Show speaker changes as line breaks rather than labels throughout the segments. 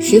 十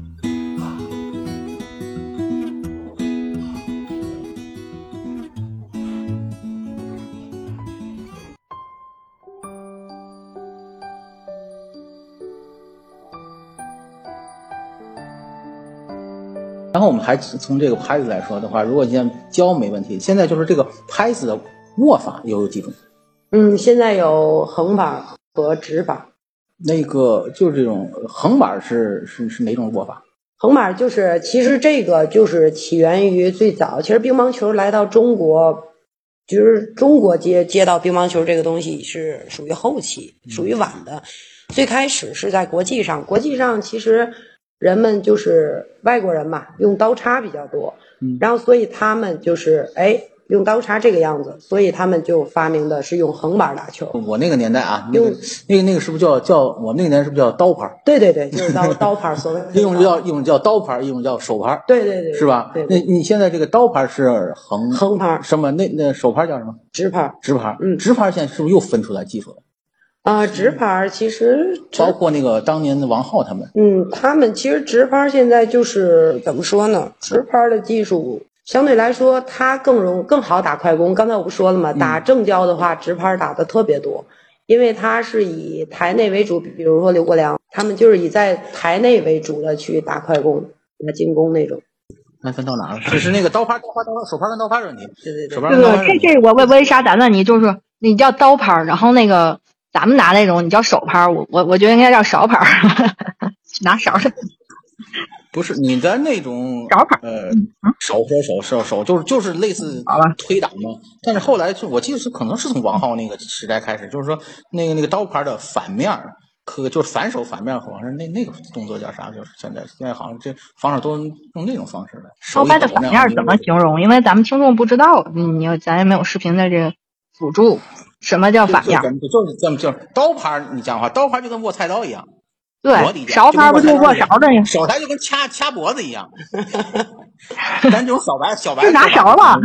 然后我们还从这个拍子来说的话，如果现在教没问题，现在就是这个拍子的握法又有几种？
嗯，现在有横板和直板。
那个就是这种横板是是是哪种握法？
横板就是，其实这个就是起源于最早，其实乒乓球来到中国，其实中国接接到乒乓球这个东西是属于后期，属于晚的。最开始是在国际上，国际上其实人们就是外国人嘛，用刀叉比较多，
嗯
然后所以他们就是哎用刀叉这个样子，所以他们就发明的是用横板打球。
我那个年代啊，那个那个那个是不是叫叫我们那个年代是不是叫刀牌？
对对对，就是 刀刀牌，所谓的
一种
刀
叫一种叫刀牌，一种叫手牌，
对对对，
是吧？
对
那
对
你现在这个刀牌是横
横拍儿、
什么？那那手牌叫什么？
直拍儿
直牌。
嗯
直牌现在是不是又分出来技术了？
啊，直拍儿其实直
包括那个当年的王浩他们。
嗯，他们其实直拍儿现在就是怎么说呢？直拍儿的技术相对来说，它更容更好打快攻。刚才我不说了吗？打正交的话，直拍儿打的特别多，因为它是以台内为主。比如说刘国梁，他们就是以在台内为主的去打快攻、打进攻那种。
那分到哪了？就是那个刀拍、刀拍、刀拍，手拍跟刀拍问题，
对对对
手啊拍跟
这
刀
个
拍问
这
题。
这我为为啥打断你？就是你叫刀牌儿，然后那个咱们拿那种你叫手牌儿，我我我觉得应该叫勺牌儿， 拿勺的
不是你的那种
勺牌儿。嗯
呃手手手手手，就是就是类似
好吧
推打嘛。但是后来就我记得是可能是从王浩那个时代开始，就是说那个那个刀牌的反面儿。可就是反手反面儿，好像是那那个动作叫啥？就是现在现在好像这防守都用那种方式了。
刀
手
拍的反面儿怎么形容？因为咱们听众不知道，嗯你有咱也没有视频的这个辅助，什么叫 反面儿？
就就是咱们就是刀牌儿，你讲话，刀牌儿就跟握菜刀一 样，我理解
对，勺拍儿不就握勺的呀？
手台就跟掐掐脖子一 样。咱这种小白小白
是拿
手法
勺吧？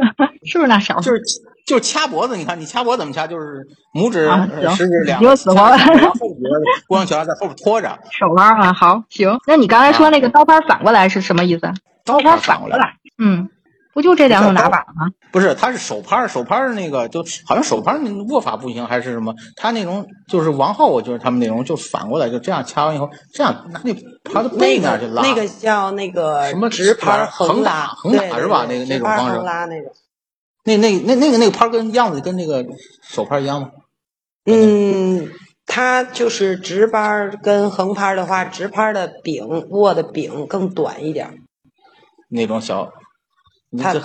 是不是拿勺？
就是就是掐脖子，你看你掐脖子怎么掐？就是拇指、
啊
呃
行
食指两
你
个
又死活了
掐着手然后后脖子 郭阳桥在后边拖着，
手腕儿啊？好，行。那你刚才说那个刀拍儿反过来是什么意思？
啊刀
刀
牌
儿
反
反
过
过
来。
来，嗯，不就这两种打法吗？
不是，他是手拍，手拍那个就好像手拍那握法不行还是什么？他那种就是王浩，我觉得他们那种就反过来就这样掐完以后，这样拿那他的背
那
面去
个
拉。
那个叫那个
什么
直拍儿
横
横
打
拉，
横打
对
是吧
对
那个
直
那种
拍儿
方式
横拉那种。
那那那那个那个拍跟样子跟那个手拍一样吗？
嗯，它就是直拍儿跟横拍儿的话，直拍儿的柄握的柄更短一点儿，
那种小，你
它
嗯这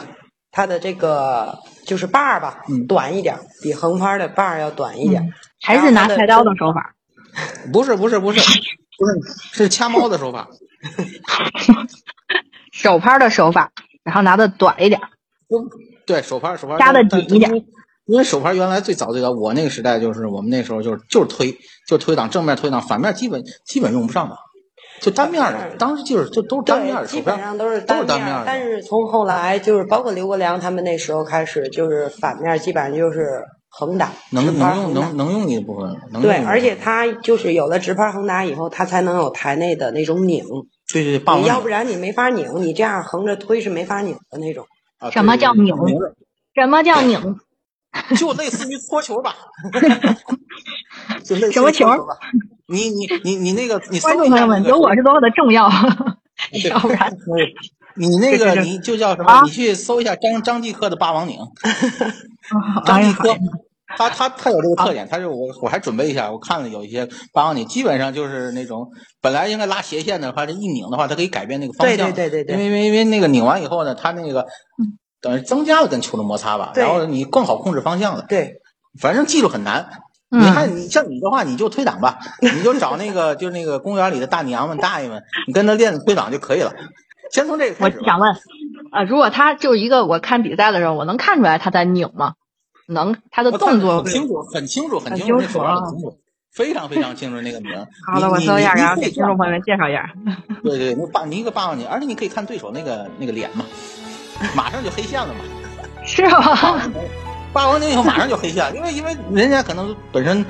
它的这个就是把儿吧，
嗯
短一点儿，比横拍儿的把儿要短一点儿。
还是拿菜刀的手法？
不是不是不是不是是掐猫的手法。
手拍的手法，然后拿的短一点，
对手牌儿手牌儿
扎得
但
紧一点。
但因为手牌儿原来最早最早，我那个时代就是我们那时候就是就是推，就是推挡正面推挡，反面基本基本用不上吧，就单面儿的，当时就是就都是单面儿的，
对，基
手
本
牌
上
儿
都是
都
单
是单面
儿
儿，
但
的。
是从后来就是包括刘国梁他们那时候开始，就是反面基本上就是横打，直
能
拍儿
能用
横打
能能用一部分，能用一
对
部，分
而且它就是有了直拍儿横打以后，它才能有台内的那种拧，
对对对，棒
你
棒
要不然你没法拧，你这样横着推是没法拧的那种。
啊对
什么
对
叫
对
拧什么叫拧？
就类似于搓球吧，就类似于
什么球
搓吧？你你你你那个你搜
观
一
众
下
朋友们，
那个
有我是多么的重要，
对
要不然
你那
对
个
对对
你就叫什
啊
么？你去搜一下张张继科的霸王拧。张
哎
继
呀，
科，
啊
他他他有这个特点，他是我我还准备一下，我看了有一些霸王拧，基本上就是那种本来应该拉斜线的话，这一拧的话，它可以改变那个方
对
向。
对对对对
因为因为因为那个拧完以后呢，它那个
嗯
等于增加了跟球的摩擦吧，
对
然后你更好控制方向了。
对，
反正技术很难。你
嗯
看，你像你的话，你就推挡吧，你就找那个 就是那个公园里的大娘们、大爷们，你跟他练推挡就可以了。先从这个开
我
始吧。
想问，呃，如果他就是一个我看比赛的时候，我能看出来他在拧吗？能，他的
我看
动
得
作
很清楚，很清楚，很
很
清楚，
清
那手
楚
法
啊
很清楚，非常非常清楚那个名。
好了，
你
我
你
搜一下，
你
然后
你
给
可以这
听
样
众朋友们介绍一下。
对对，那霸你一个霸王你，而且你可以看对手那个那个脸嘛，马上就黑线了嘛。
是吗？
霸王拧以后马上就黑线，因为因为人家可能本身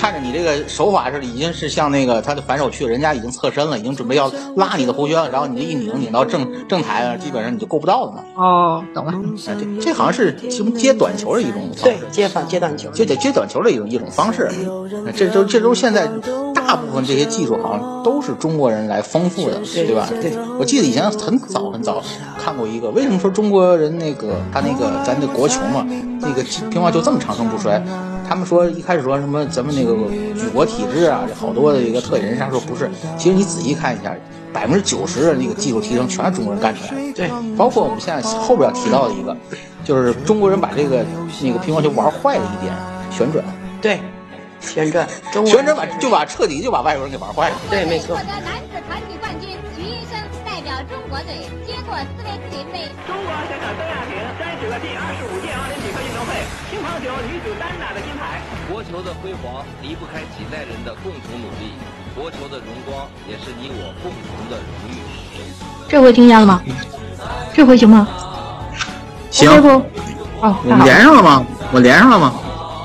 看着你这个手法是已经是向那个他的反手去，人家已经侧身了，已经准备要拉你的弧圈了，然后你这一拧拧到正正台啊了，基本上你就够不到了嘛。
哦，懂了。
哎这这好像是什么接短球的一种方
对
式，，
接反接短球，
接接接短球的一种一种方式。哎这都这都是现在大部分这些技术好像都是中国人来丰富的，对吧？
对
我记得以前很早很早看过一个，为什么说中国人那个他那个咱的国球嘛，那个乒乓球这么长盛不衰？他们说一开始说什么咱们那个举国体制啊，好多的一个特点，人家说不是，其实你仔细看一下，百分之九十的那个技术提升全是中国人干出来的。
对，
包括我们现在后边要提到的一个，就是中国人把这个那个乒乓球玩坏了一点，旋转，
对，旋转，中国
旋转把就把彻底就把外国人给玩坏了。
对，没
获
错
得，男子团体冠军，徐医生代表中国队接过斯维克林杯。
中国选手邓亚萍摘取了第二十五届奥林匹克运动会乒乓球女子单打的金牌。
国球的辉煌离不开几代人的共同努力，国球的荣光也是你我共同的荣誉。
这回听见了吗？这回行吗？OK 不？哦，太好了，
上了吗？我连上了吗？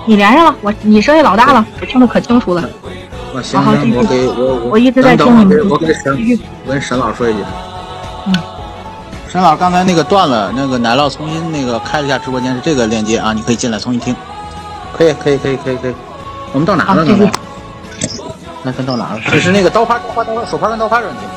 你连上了，我你声音老大了，我听得可清楚了。
啊，行
好好继续
行，我给我
我一直在
等等
听你
我给我给
继
沈
续
我跟沈老师说一句。
嗯
沈老师刚才那个断了，那个奶酪重新那个开了一下直播间是这个链接啊，你可以进来重新听。可以可以可以可以可以，我们到哪
好
了
继续
呢？那咱到哪了？这是那个刀拍刀拍刀拍手拍跟刀拍的问题吗？